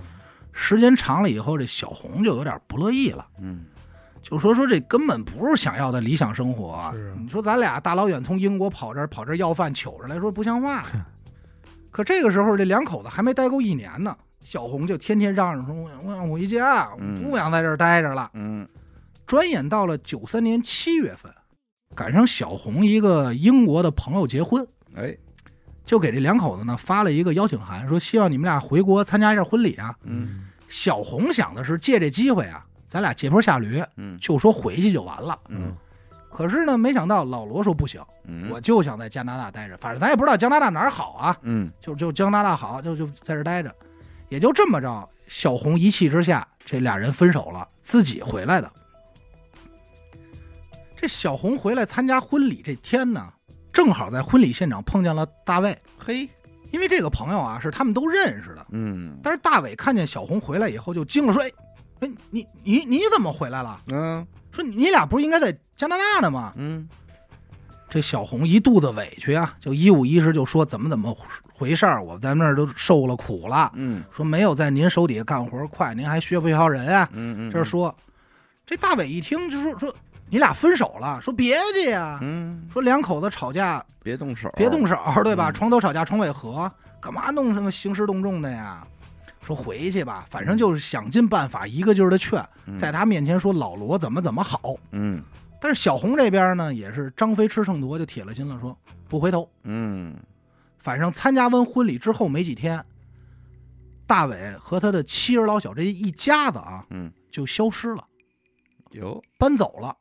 B: 时间长了以后，这小红就有点不乐意了。
A: 嗯，
B: 就说说这根本不是想要的理想生活啊！
C: 是啊
B: 你说咱俩大老远从英国跑这儿跑这儿要饭，糗着来说不像 话。可这个时候，这两口子还没待够一年呢，小红就天天嚷嚷说：“我想我想回家，我
A: 嗯
B: 不想在这儿待着了。
A: 嗯，
B: 转眼到了九三年七月份，赶上小红一个英国的朋友结婚，
A: 哎，
B: 就给这两口子呢发了一个邀请函，说希望你们俩回国参加一下婚礼啊。
A: 嗯
B: 小红想的是借这机会啊，咱俩结坡下驴，
A: 嗯
B: 就说回去就完了。
A: 嗯
B: 可是呢，没想到老罗说不行，
A: 嗯，
B: 我就想在加拿大待着，反正咱也不知道加拿大哪儿好啊，
A: 嗯
B: 就就加拿大好，就就在这儿待着，也就这么着。小红一气之下，这俩人分手了，自己回来的。这小红回来参加婚礼这天呢，正好在婚礼现场碰见了大卫，
A: 嘿，
B: 因为这个朋友啊是他们都认识的。
A: 嗯
B: 但是大伟看见小红回来以后就惊了，说：“哎，哎你你你怎么回来了？
A: 嗯
B: 说你俩不是应该在加拿大呢吗？”
A: 嗯
B: 这小红一肚子委屈啊，就一五一十就说怎么怎么回事儿，我在那儿都受了苦了，
A: 嗯
B: 说没有在您手底下干活快，您还学不学人啊？
A: 嗯嗯，
B: 这说，这大伟一听就说说你俩分手了，说别介呀、
A: 嗯，
B: 说两口子吵架
A: 别动手，
B: 别动手，对吧？
A: 嗯
B: 床头吵架床尾和，干嘛弄什么兴师动众的呀？说回去吧，反正就是想尽办法，一个劲儿的劝，
A: 嗯
B: 在他面前说老罗怎么怎么好，
A: 嗯
B: 但是小红这边呢，也是张飞吃秤砣，就铁了心了，说不回头。
A: 嗯
B: 反正参加完婚礼之后没几天，大伟和他的妻儿老小这一家子啊，
A: 嗯，
B: 就消失了，
A: 有
B: 搬走了，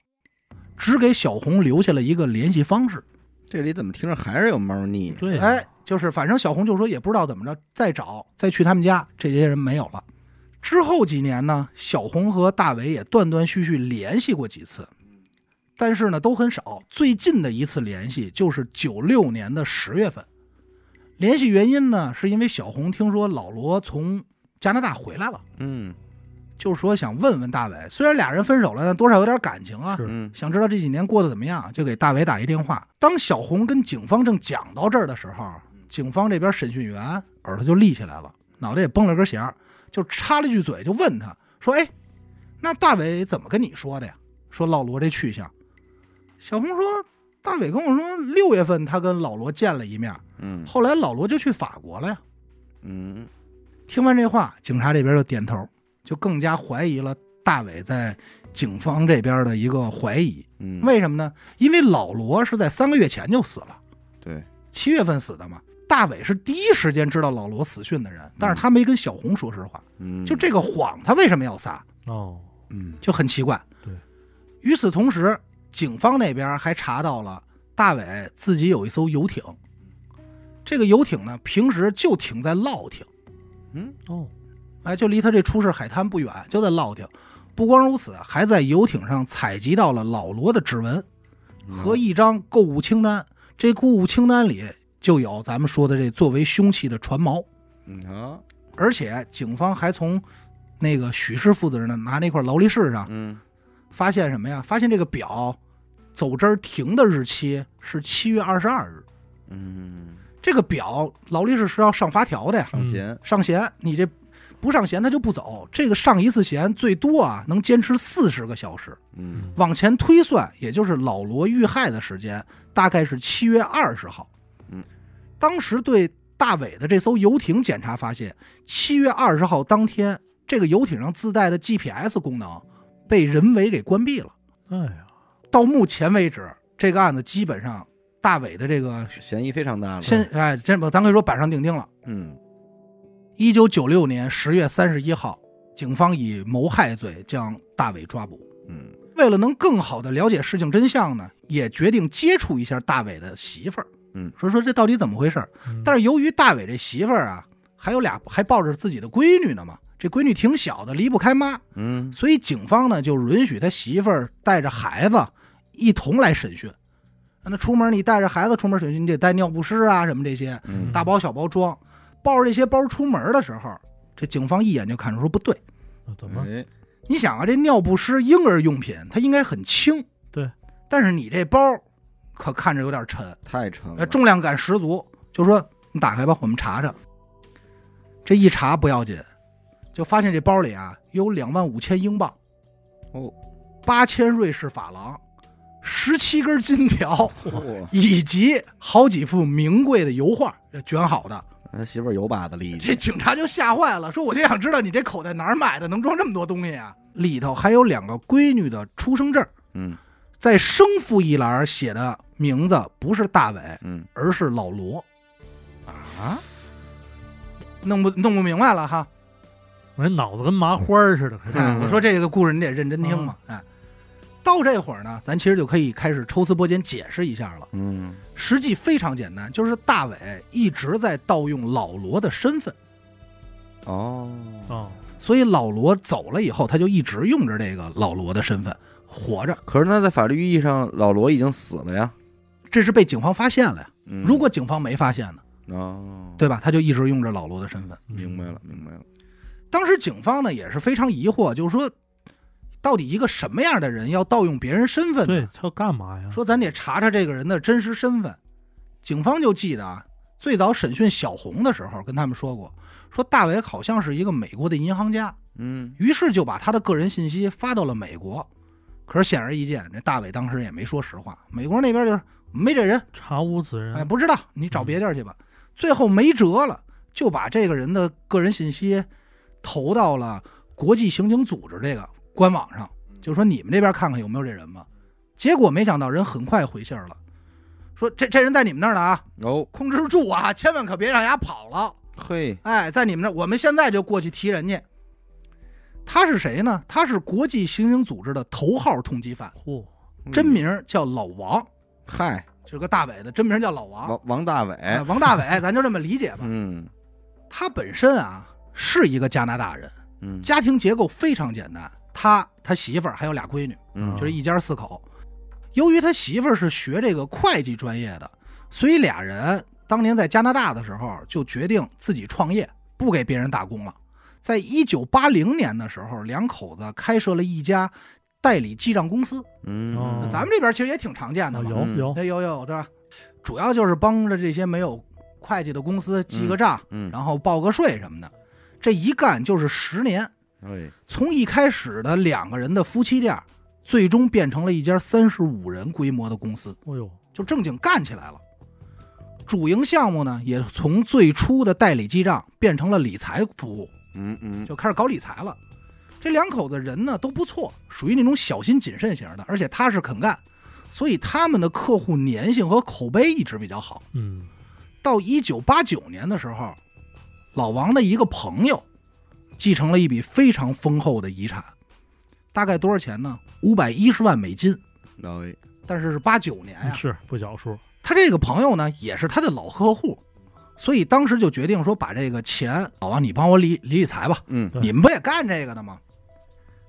B: 只给小红留下了一个联系方式。
A: 这里怎么听着还是有猫腻？
C: 对呀，
B: 哎，就是反正小红就说也不知道怎么着，再找再去他们家，这些人没有了。之后几年呢，小红和大伟也断断续续联系过几次，但是呢都很少。最近的一次联系就是九六年的十月份，联系原因呢是因为小红听说老罗从加拿大回来了，
A: 嗯
B: 就是说想问问大伟，虽然俩人分手了，但多少有点感情啊。
C: 是
A: 嗯
B: 想知道这几年过得怎么样，就给大伟打一电话。当小红跟警方正讲到这儿的时候，警方这边审讯员耳朵就立起来了，脑袋也绷了根弦儿，就插了句嘴，就问他说：“哎，那大伟怎么跟你说的呀？说老罗这去向？”小红说：“大伟跟我说，六月份他跟老罗见了一面，
A: 嗯
B: 后来老罗就去法国了呀。”
A: 嗯
B: 听完这话，警察这边就点头，就更加怀疑了大伟在警方这边的一个怀疑。
A: 嗯，
B: 为什么呢？因为老罗是在三个月前就死了，
A: 对，
B: 七月份死的嘛。大伟是第一时间知道老罗死讯的人，但是他没跟小红说实话，
A: 嗯
B: 就这个谎他为什么要撒，
C: 哦，
A: 嗯
B: 就很奇怪。
C: 对。
B: 与此同时，警方那边还查到了大伟自己有一艘游艇，这个游艇呢平时就停在烙亭，
A: 嗯
C: 哦，
B: 哎，就离他这出事海滩不远，就在烙亭。不光如此，还在游艇上采集到了老罗的指纹，和一张购物清单。这购物清单里就有咱们说的这作为凶器的船锚，
A: 你瞧，
B: 而且警方还从那个许氏负责人呢拿那块劳力士上
A: 嗯
B: 发现什么呀？发现这个表走针儿停的日期是七月二十二日，
A: 嗯
B: 这个表劳力士是要上发条的呀，
A: 上弦
B: 上弦，你这不上弦他就不走。这个上一次弦最多啊能坚持四十个小时，
A: 嗯
B: 往前推算，也就是老罗遇害的时间大概是七月二十号。
A: 嗯，
B: 当时对大伟的这艘游艇检查发现，七月二十号当天，这个游艇上自带的 GPS 功能被人为给关闭了。
C: 哎呀，
B: 到目前为止，这个案子基本上大伟的这个
A: 嫌疑非常大了，
B: 先哎，这咱可以说板上钉钉了。
A: 嗯
B: 一九九六年十月三十一号，警方以谋害罪将大伟抓捕。
A: 嗯
B: 为了能更好的了解事情真相呢，也决定接触一下大伟的媳妇儿。
A: 嗯
B: 所以说这到底怎么回事儿？
C: 嗯
B: 但是由于大伟这媳妇儿啊，还有俩还抱着自己的闺女呢嘛，这闺女挺小的，离不开妈，
A: 嗯
B: 所以警方呢就允许他媳妇儿带着孩子一同来审讯。那出门你带着孩子出门审讯，你得带尿不湿啊什么这些，
A: 嗯
B: 大包小包装。抱着这些包出门的时候，这警方一眼就看出说不对。
C: 那怎么
A: 哎
B: 你想啊，这尿不湿婴儿用品，它应该很轻，
C: 对。
B: 但是你这包可看着有点沉，
A: 太沉
B: 呃，
A: 了，
B: 重量感十足。就说你打开吧，我们查查。这一查不要紧，就发现这包里啊有两万五千英镑，
A: 哦，
B: 八千瑞士法郎，十七根金条，
A: 嚯
B: 以及好几幅名贵的油画呃卷好的。
A: 他媳妇儿有把子力气，
B: 这警察就吓坏了，说我就想知道你这口袋哪儿买的，能装这么多东西啊？里头还有两个闺女的出生证，
A: 嗯
B: 在生父一栏写的名字不是大伟，
A: 嗯
B: 而是老罗，
A: 啊，
B: 弄不弄不明白了哈？
C: 我这脑子跟麻花儿似的，开始
B: 哎
A: 嗯
B: 我说这个故事你得认真听嘛，哎。到这会儿呢，咱其实就可以开始抽丝剥茧解释一下了。
A: 嗯
B: 实际非常简单，就是大伟一直在盗用老罗的身份，嗯
A: 哦，
C: 啊，
B: 所以老罗走了以后，他就一直用着这个老罗的身份活着。
A: 可是那在法律意义上，老罗已经死了呀。
B: 这是被警方发现了呀。
A: 嗯
B: 如果警方没发现呢，
A: 哦，，
B: 对吧？他就一直用着老罗的身份。
A: 明白
C: 了，
A: 了明白了，
B: 当时警方呢也是非常疑惑，就是说，到底一个什么样的人要盗用别人身份
C: 对
B: 呢？
C: 他干嘛呀？
B: 说咱得查查这个人的真实身份。警方就记得啊，最早审讯小红的时候跟他们说过，说大伟好像是一个美国的银行家，
A: 嗯
B: 于是就把他的个人信息发到了美国。可是显而易见，这大伟当时也没说实话，美国那边就是没这人，
C: 查无此人，
B: 哎，不知道，你找别地儿去吧。最后没辙了，就把这个人的个人信息投到了国际刑警组织这个官网上，就说你们这边看看有没有这人吧。结果没想到人很快回信儿了，说这这人在你们那儿呢啊，
A: 哦
B: 控制住啊，千万可别让人家跑了。
A: 嘿，
B: 哎，在你们那儿，我们现在就过去提人去。他是谁呢？他是国际刑警组织的头号通缉犯，
C: 嚯，
A: 嗯
B: 真名儿叫老王，
A: 嗨，
B: 这个大伟的真名儿叫老王。
A: 王王大伟，
B: 哎，王大伟， 咱就这么理解吧。
A: 嗯
B: 他本身啊是一个加拿大人，
A: 嗯
B: 家庭结构非常简单，他他媳妇儿还有俩闺女，
A: 嗯，
B: 就是一家四口。由于他媳妇儿是学这个会计专业的，所以俩人当年在加拿大的时候就决定自己创业，不给别人打工了。在一九八零年的时候，两口子开设了一家代理记账公司，
C: 哦
A: 嗯，
B: 咱们这边其实也挺常见的
C: 啊
B: 嘛。
C: 有
A: 嗯
C: 有，
B: 哎有有对吧？主要就是帮着这些没有会计的公司记个账，
A: 嗯，
B: 然后报个税什么的，这一干就是十年。
A: 哎，
B: 从一开始的两个人的夫妻店儿，最终变成了一家三十五人规模的公司，
C: 哎呦，
B: 就正经干起来了。主营项目呢，也从最初的代理记账变成了理财服务，
A: 嗯嗯，
B: 就开始搞理财了。这两口子人呢都不错，属于那种小心谨慎型的，而且踏实肯干，所以他们的客户粘性和口碑一直比较好。
C: 嗯，
B: 到一九八九年的时候，老王的一个朋友继承了一笔非常丰厚的遗产，大概多少钱呢？五百一十万美金，
A: 老魏，
B: 但是是八九年哎呀、哎
C: 是不小数，
B: 他这个朋友呢，也是他的老客户，所以当时就决定说，把这个钱，老王你帮我理理理财吧，
A: 嗯
C: 对
B: 你们不也干这个的吗？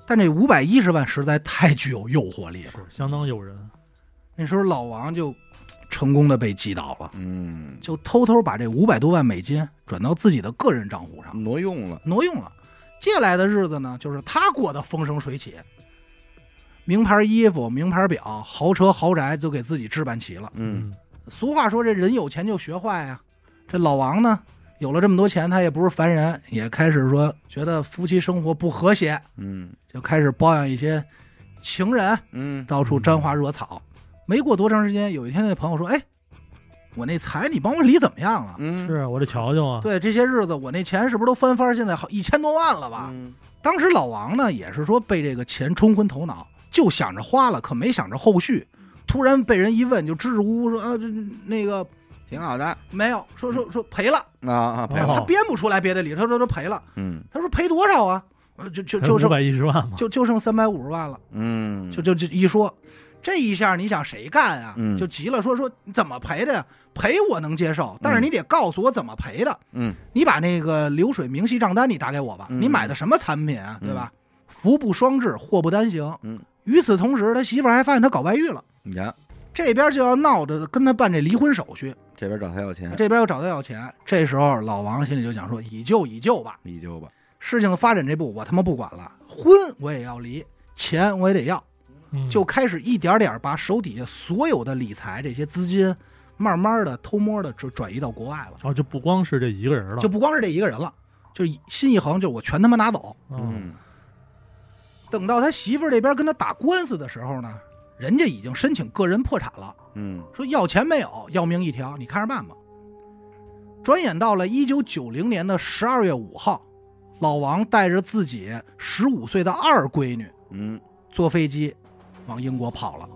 B: 但这五百一十万实在太具有诱惑力了，
C: 是相当诱人，
B: 那时候老王就成功的被击倒了，
A: 嗯，
B: 就偷偷把这五百多万美金转到自己的个人账户上。
A: 挪用了，
B: 挪用了。接下来的日子呢，就是他过得风生水起，名牌衣服、名牌表、豪车、豪宅就给自己置办齐了。
A: 嗯，
B: 俗话说，这人有钱就学坏呀、啊这老王呢，有了这么多钱，他也不是凡人，也开始说觉得夫妻生活不和谐，
A: 嗯
B: 就开始包养一些情人，
A: 嗯
B: 到处沾花惹草。没过多长时间，有一天那朋友说：“哎，我那财你帮我理怎么样了？
A: 嗯
C: 是我得瞧瞧啊，
B: 对，这些日子我那钱是不是都翻番儿？现在好一千多万了吧？”
A: 嗯
B: 当时老王呢，也是说被这个钱冲昏头脑，就想着花了，可没想着后续。突然被人一问，就支支吾吾说：“啊，这那个
A: 挺好的
B: 没有，说说说赔了。”
A: 啊啊，
C: 哦
B: 他编不出来别的理由，他说他赔了。
A: 嗯
B: 他说赔多少啊？呃就就就
C: 五
B: 剩
C: 百一十万嘛，
B: 就就剩三百五十万了，
A: 嗯，
B: 就就就一说，这一下你想谁干啊
A: 嗯？
B: 就急了，说说你怎么赔的呀？赔我能接受，但是
A: 嗯
B: 你得告诉我怎么赔的。
A: 嗯
B: 你把那个流水明细账单你打给我吧，
A: 嗯
B: 你买的什么产品啊？对吧？福不双至，祸不单行。
A: 嗯，
B: 与此同时，他媳妇儿还发现他搞外遇了，
A: 你瞧
B: 这边就要闹着跟他办这离婚手续，
A: 这边找他要钱，
B: 这边又找他要钱。这时候老王心里就想说：以旧以旧吧，
A: 你就吧，
B: 事情发展这步我他妈不管了，婚我也要离，钱我也得要，
C: 嗯
B: 就开始一点点把手底下所有的理财这些资金，慢慢的偷摸的转转移到国外了，
C: 哦，就不光是这一个人了，
B: 就不光是这一个人了，就一心一横，就我全他妈拿走。
A: 哦
C: 嗯，
B: 等到他媳妇儿这边跟他打官司的时候呢，人家已经申请个人破产了，
A: 嗯
B: 说要钱没有，要命一条，你看着办吧。转眼到了一九九零年的十二月五号，老王带着自己十五岁的二闺女
A: 嗯
B: 坐飞机往英国跑了。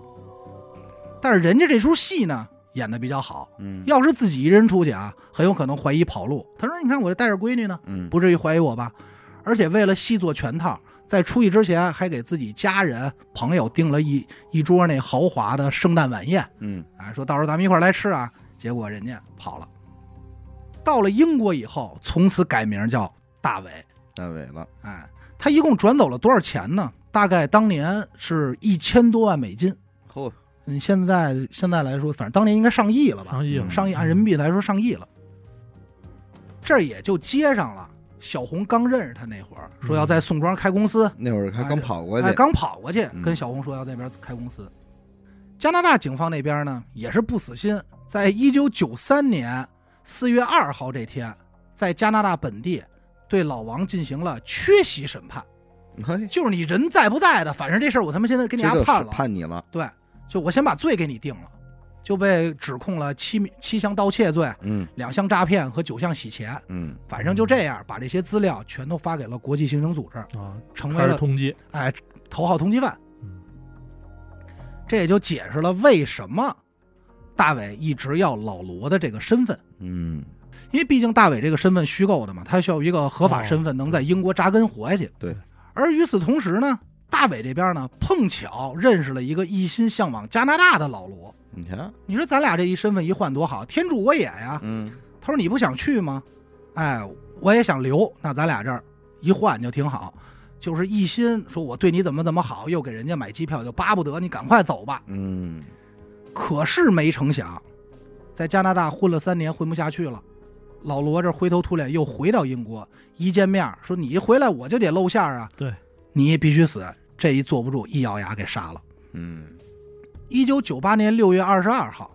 B: 但是人家这出戏呢演的比较好，
A: 嗯
B: 要是自己一人出去啊，很有可能怀疑跑路。他说：“你看我这带着闺女呢，
A: 嗯
B: 不至于怀疑我吧？而且为了细做全套，在出去之前还给自己家人朋友订了一一桌那豪华的圣诞晚宴，
A: 嗯
B: 啊，说到时候咱们一块儿来吃啊。结果人家跑了。到了英国以后，从此改名叫大伟。
A: 大伟了，
B: 哎，他一共转走了多少钱呢？大概当年是一千多万美金。
A: 嚯，
B: 嗯，现在现在来说，反正当年应该上亿了吧？
C: 上亿了，嗯
B: 上亿按啊人民币来说上亿了。这儿也就接上了小红刚认识他那会儿，
C: 嗯
B: 说要在宋庄开公司，
A: 那会儿还刚跑过去
B: 哎，，刚跑过去
A: 嗯
B: 跟小红说要在那边开公司。加拿大警方那边呢也是不死心，在一九九三年四月二号这天，在加拿大本地对老王进行了缺席审判，
A: 嘿，
B: 就是你人在不在的，反正这事儿我他妈现在给你丫
A: 哎这就是
B: 判了，
A: 判你了，
B: 对，就我先把罪给你定了，就被指控了七七项盗窃罪，
A: 嗯
B: 两项诈骗和九项洗钱，
A: 嗯
B: 反正就这样，把这些资料全都发给了国际刑警组织，
C: 啊，
B: 成为
C: 开始
B: 了
C: 通缉，
B: 哎头号通缉犯。
C: 嗯
B: 这也就解释了为什么大伟一直要老罗的这个身份，
A: 嗯，
B: 因为毕竟大伟这个身份虚构的嘛，他需要一个合法身份能在英国扎根活下去。
A: 哦对。
B: 而与此同时呢，大伟这边呢碰巧认识了一个一心向往加拿大的老罗。
A: 你瞧，
B: 你说咱俩这一身份一换多好，天助我也呀！
A: 嗯
B: 他说你不想去吗？哎，我也想留，那咱俩这儿一换就挺好。就是一心说我对你怎么怎么好，又给人家买机票，就巴不得你赶快走吧。
A: 嗯
B: 可是没成想，在加拿大混了三年，混不下去了。老罗这灰头土脸又回到英国，一见面说你一回来我就得露馅儿啊，
C: 对，
B: 你必须死。这一坐不住，一咬牙给杀了。
A: 嗯
B: 一九九八年六月二十二号，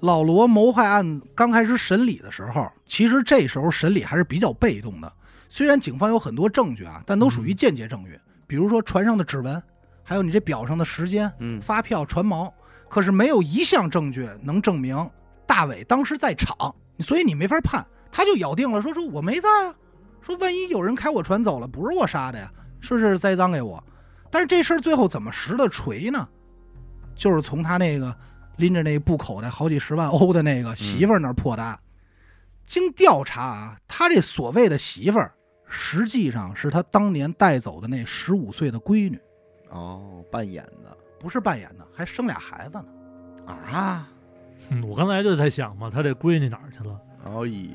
B: 老罗谋害案刚开始审理的时候，其实这时候审理还是比较被动的。虽然警方有很多证据啊，但都属于间接证据，比如说船上的指纹，还有你这表上的时间、
A: 嗯
B: 发票、船锚，可是没有一项证据能证明大伟当时在场，所以你没法判。他就咬定了，说说我没在啊，说万一有人开我船走了，不是我杀的呀，说是栽赃给我。但是这事儿最后怎么实的锤呢？就是从他那个拎着那布口袋好几十万欧的那个媳妇儿那儿破的案。经调查啊，他这所谓的媳妇儿，实际上是他当年带走的那十五岁的闺女，
A: 哦，扮演的
B: 不是扮演的，还生俩孩子呢。
A: 啊，
C: 嗯我刚才就在想嘛，他这闺女哪儿去了？
A: 哎呦，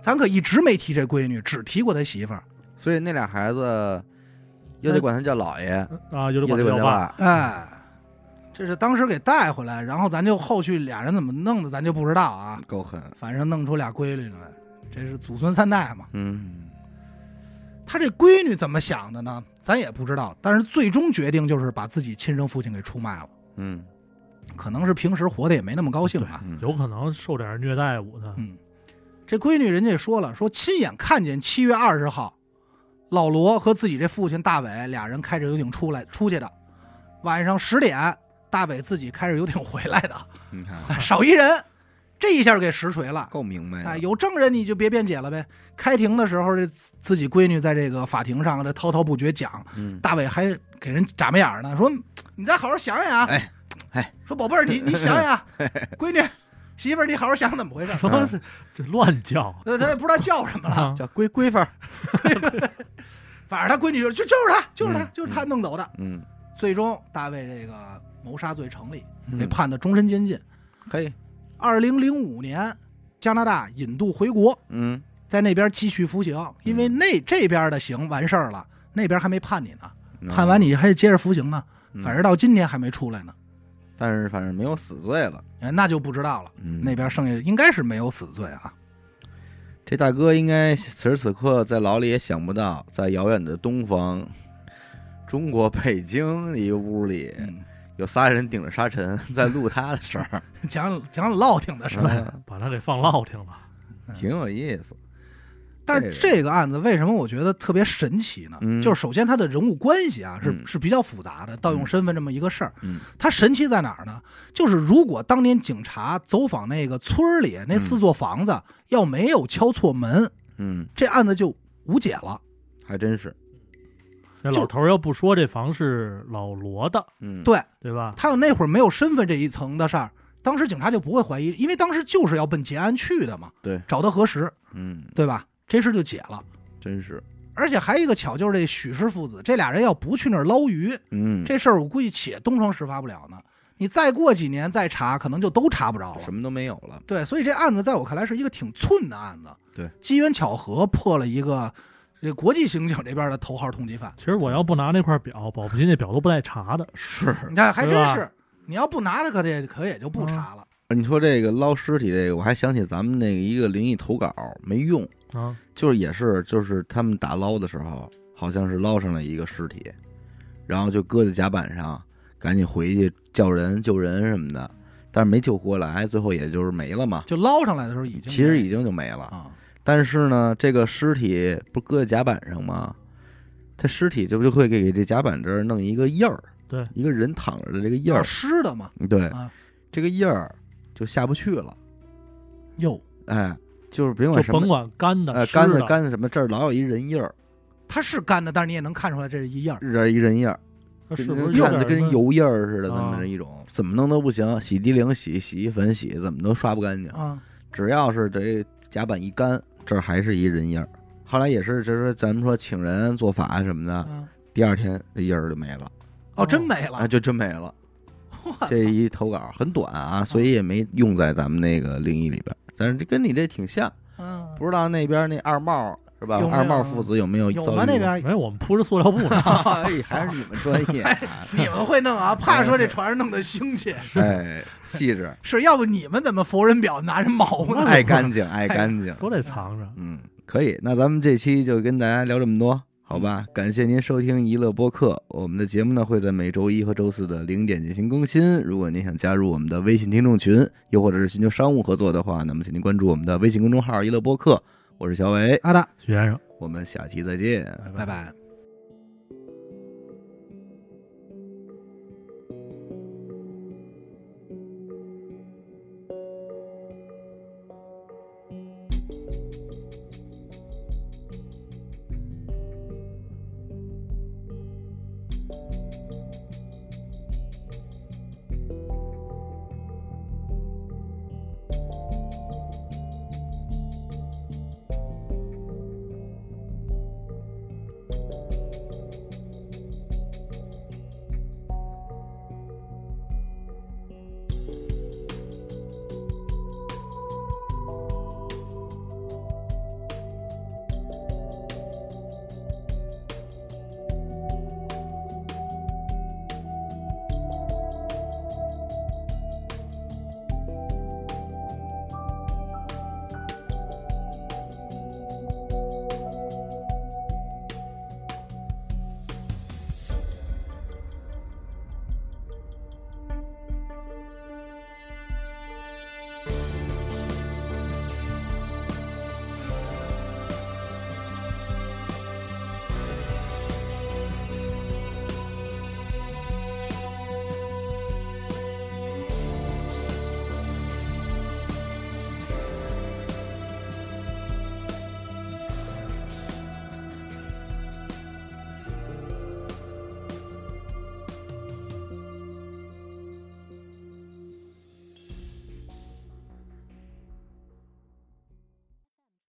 B: 咱可一直没提这闺女，只提过他媳妇儿。
A: 所以那俩孩子又得管他叫姥爷，
C: 啊，有
A: 又
C: 点管
A: 得管
C: 叫
A: 他
C: 爸，
A: 爸，
B: 哎，这是当时给带回来，然后咱就后续俩人怎么弄的，咱就不知道啊。
A: 够狠，
B: 反正弄出俩闺女来，这是祖孙三代嘛。
A: 嗯
B: 他这闺女怎么想的呢？咱也不知道。但是最终决定就是把自己亲生父亲给出卖了，
A: 嗯
B: 可能是平时活得也没那么高兴啊。
A: 嗯，
C: 有可能受点虐待我的，
B: 嗯，这闺女人家也说了，说亲眼看见七月二十号，老罗和自己这父亲大伟俩人开着游艇出来出去的，晚上十点，大伟自己开着游艇回 来的，
A: 你看
B: 少一人，这一下给实锤了。
A: 够明白
B: 啊，
A: 的，
B: 有证人你就别辩解了呗。开庭的时候，这自己闺女在这个法庭上这滔滔不绝讲，
A: 嗯，
B: 大伟还给人眨巴眼儿呢，说你再好好想想啊，
A: 哎哎，
B: 说宝贝儿，你你想 想，闺女媳妇儿，你好好想怎么回事
A: 嗯
B: 儿。
C: 什么是这乱叫
B: 他他也不知道叫什么了，
C: 啊？
A: 叫规规范儿，
B: 反正他闺女就就就是他，就是他，
A: 嗯
B: 就是他弄走的。
A: 嗯，
B: 最终，大卫这个谋杀罪成立，被
A: 嗯
B: 判的终身监禁。
A: 嘿，
B: 二零零五年，加拿大引渡回国，
A: 嗯，
B: 在那边继续服刑，因为那这边的刑完事儿了，那边还没判你呢，判完
A: 你，
B: 你还得接着服刑呢，
A: 嗯
B: 反正到今天还没出来呢，
A: 但是反正没有死罪了，
B: 哎那就不知道了。
A: 嗯，
B: 那边剩下应该是没有死罪啊，
A: 这大哥应该此时此刻在牢里也想不到，在遥远的东方，中国北京一个屋里
B: 嗯，
A: 有仨人顶着沙尘在录他的事 儿，
B: 嗯讲讲落听的事儿。
A: 嗯
C: 把他给放落听了。
A: 挺有意思。
B: 但是这个案子为什么我觉得特别神奇呢？
A: 嗯
B: 就是首先他的人物关系啊是、
A: 嗯
B: 是比较复杂的，盗用身份这么一个事儿，
A: 嗯
B: 它神奇在哪儿呢？就是如果当年警察走访那个村儿里那四座房子，要没有敲错门，
A: 嗯，
B: 这案子就无解了。
A: 还真是。
C: 那
B: 就
C: 老头儿要不说这房是老罗的，
A: 嗯，
B: 对
C: 对吧？
B: 他有那会儿没有身份这一层的事儿，当时警察就不会怀疑，因为当时就是要奔结案去的嘛，
A: 对
B: 找到核实，
A: 嗯，
B: 对吧？这事就解了。
A: 真是。
B: 而且还有一个巧，就是这许氏父子这俩人要不去那儿捞鱼，
A: 嗯，
B: 这事儿我估计且东窗事发不了呢。你再过几年再查，可能就都查不着了
A: 什。么都没有了。
B: 对，所以这案子在我看来是一个挺寸的案子。
A: 对，
B: 机缘巧合破了一个这国际刑警这边的头号通缉犯。
C: 其实我要不拿那块表，保不齐那表都不带查 的。
A: 是，嗯
B: 你看，还真
C: 对
B: 是，你要不拿他，可得可也就不查了。
A: 你说这个捞尸体这个，我还想起咱们那个一个灵异投稿没用，
C: 啊，
A: 就是也是就是他们打捞的时候，好像是捞上了一个尸体，然后就搁在甲板上，赶紧回去叫人救人什么的，但是没救过来，最后也就是没了嘛。
B: 就捞上来的时候已经
A: 其实已经就没了，
B: 啊，
A: 但是呢，这个尸体不是搁在甲板上吗？它尸体这不就会给这甲板这儿弄一个印儿，
C: 对，
A: 一个人躺着的这个印儿，
B: 湿的嘛。
A: 对
B: 啊，
A: 这个印儿就下不去了，
B: 哟，
A: 哎，就是甭管
C: 就
A: 什
C: 甭
A: 么，
C: 管干的、
A: 呃，
C: 湿
A: 干的干的什么，这儿老有一人印儿，
B: 它是干的，但是你也能看出来这是一样。
A: 这儿一人印儿，
C: 它是
A: 就
C: 不
A: 你
C: 是有
A: 看着
C: 点
A: 跟
C: 跟
A: 油印儿似的，那
C: 啊
A: 么一种，怎么弄都不行，洗涤灵洗、洗衣粉洗，怎么都刷不干净。
B: 啊，
A: 只要是这甲板一干，这儿还是一人印儿。后来也是，就是咱们说请人做法什么的，
B: 啊
A: 第二天这印儿就没了，
B: 哦，真没
A: 啊，
B: 了。
A: 就真没了。
B: 我操
A: 这一投稿很短啊，所以也没用在咱们那个灵异里边，但是这跟你这挺像，
B: 嗯，
A: 不知道那边那二茂是吧
B: 有？没有
A: 二茂父子有没有
B: 有
A: 遭
B: 吗？
A: 遇过
B: 那边
C: 没有，我们铺着塑料布呢。
A: 哎，还是你们专业、啊，
B: 你们会弄 啊？怕说这船上弄得腥气。
A: 哎，细致，
B: 是要不你们怎么佛人表拿人毛呢？
A: 爱干净，爱干净，
C: 都得藏着。
A: 嗯，可以。那咱们这期就跟大家聊这么多，好吧？感谢您收听娱乐播客，我们的节目呢会在每周一和周四的零点进行更新。如果您想加入我们的微信听众群，又或者是寻求商务合作的话，那么请您关注我们的微信公众号“娱乐播客”。我是小伟，
B: 阿达，
C: 徐先生，
A: 我们下期再见。
C: 拜
B: 拜拜。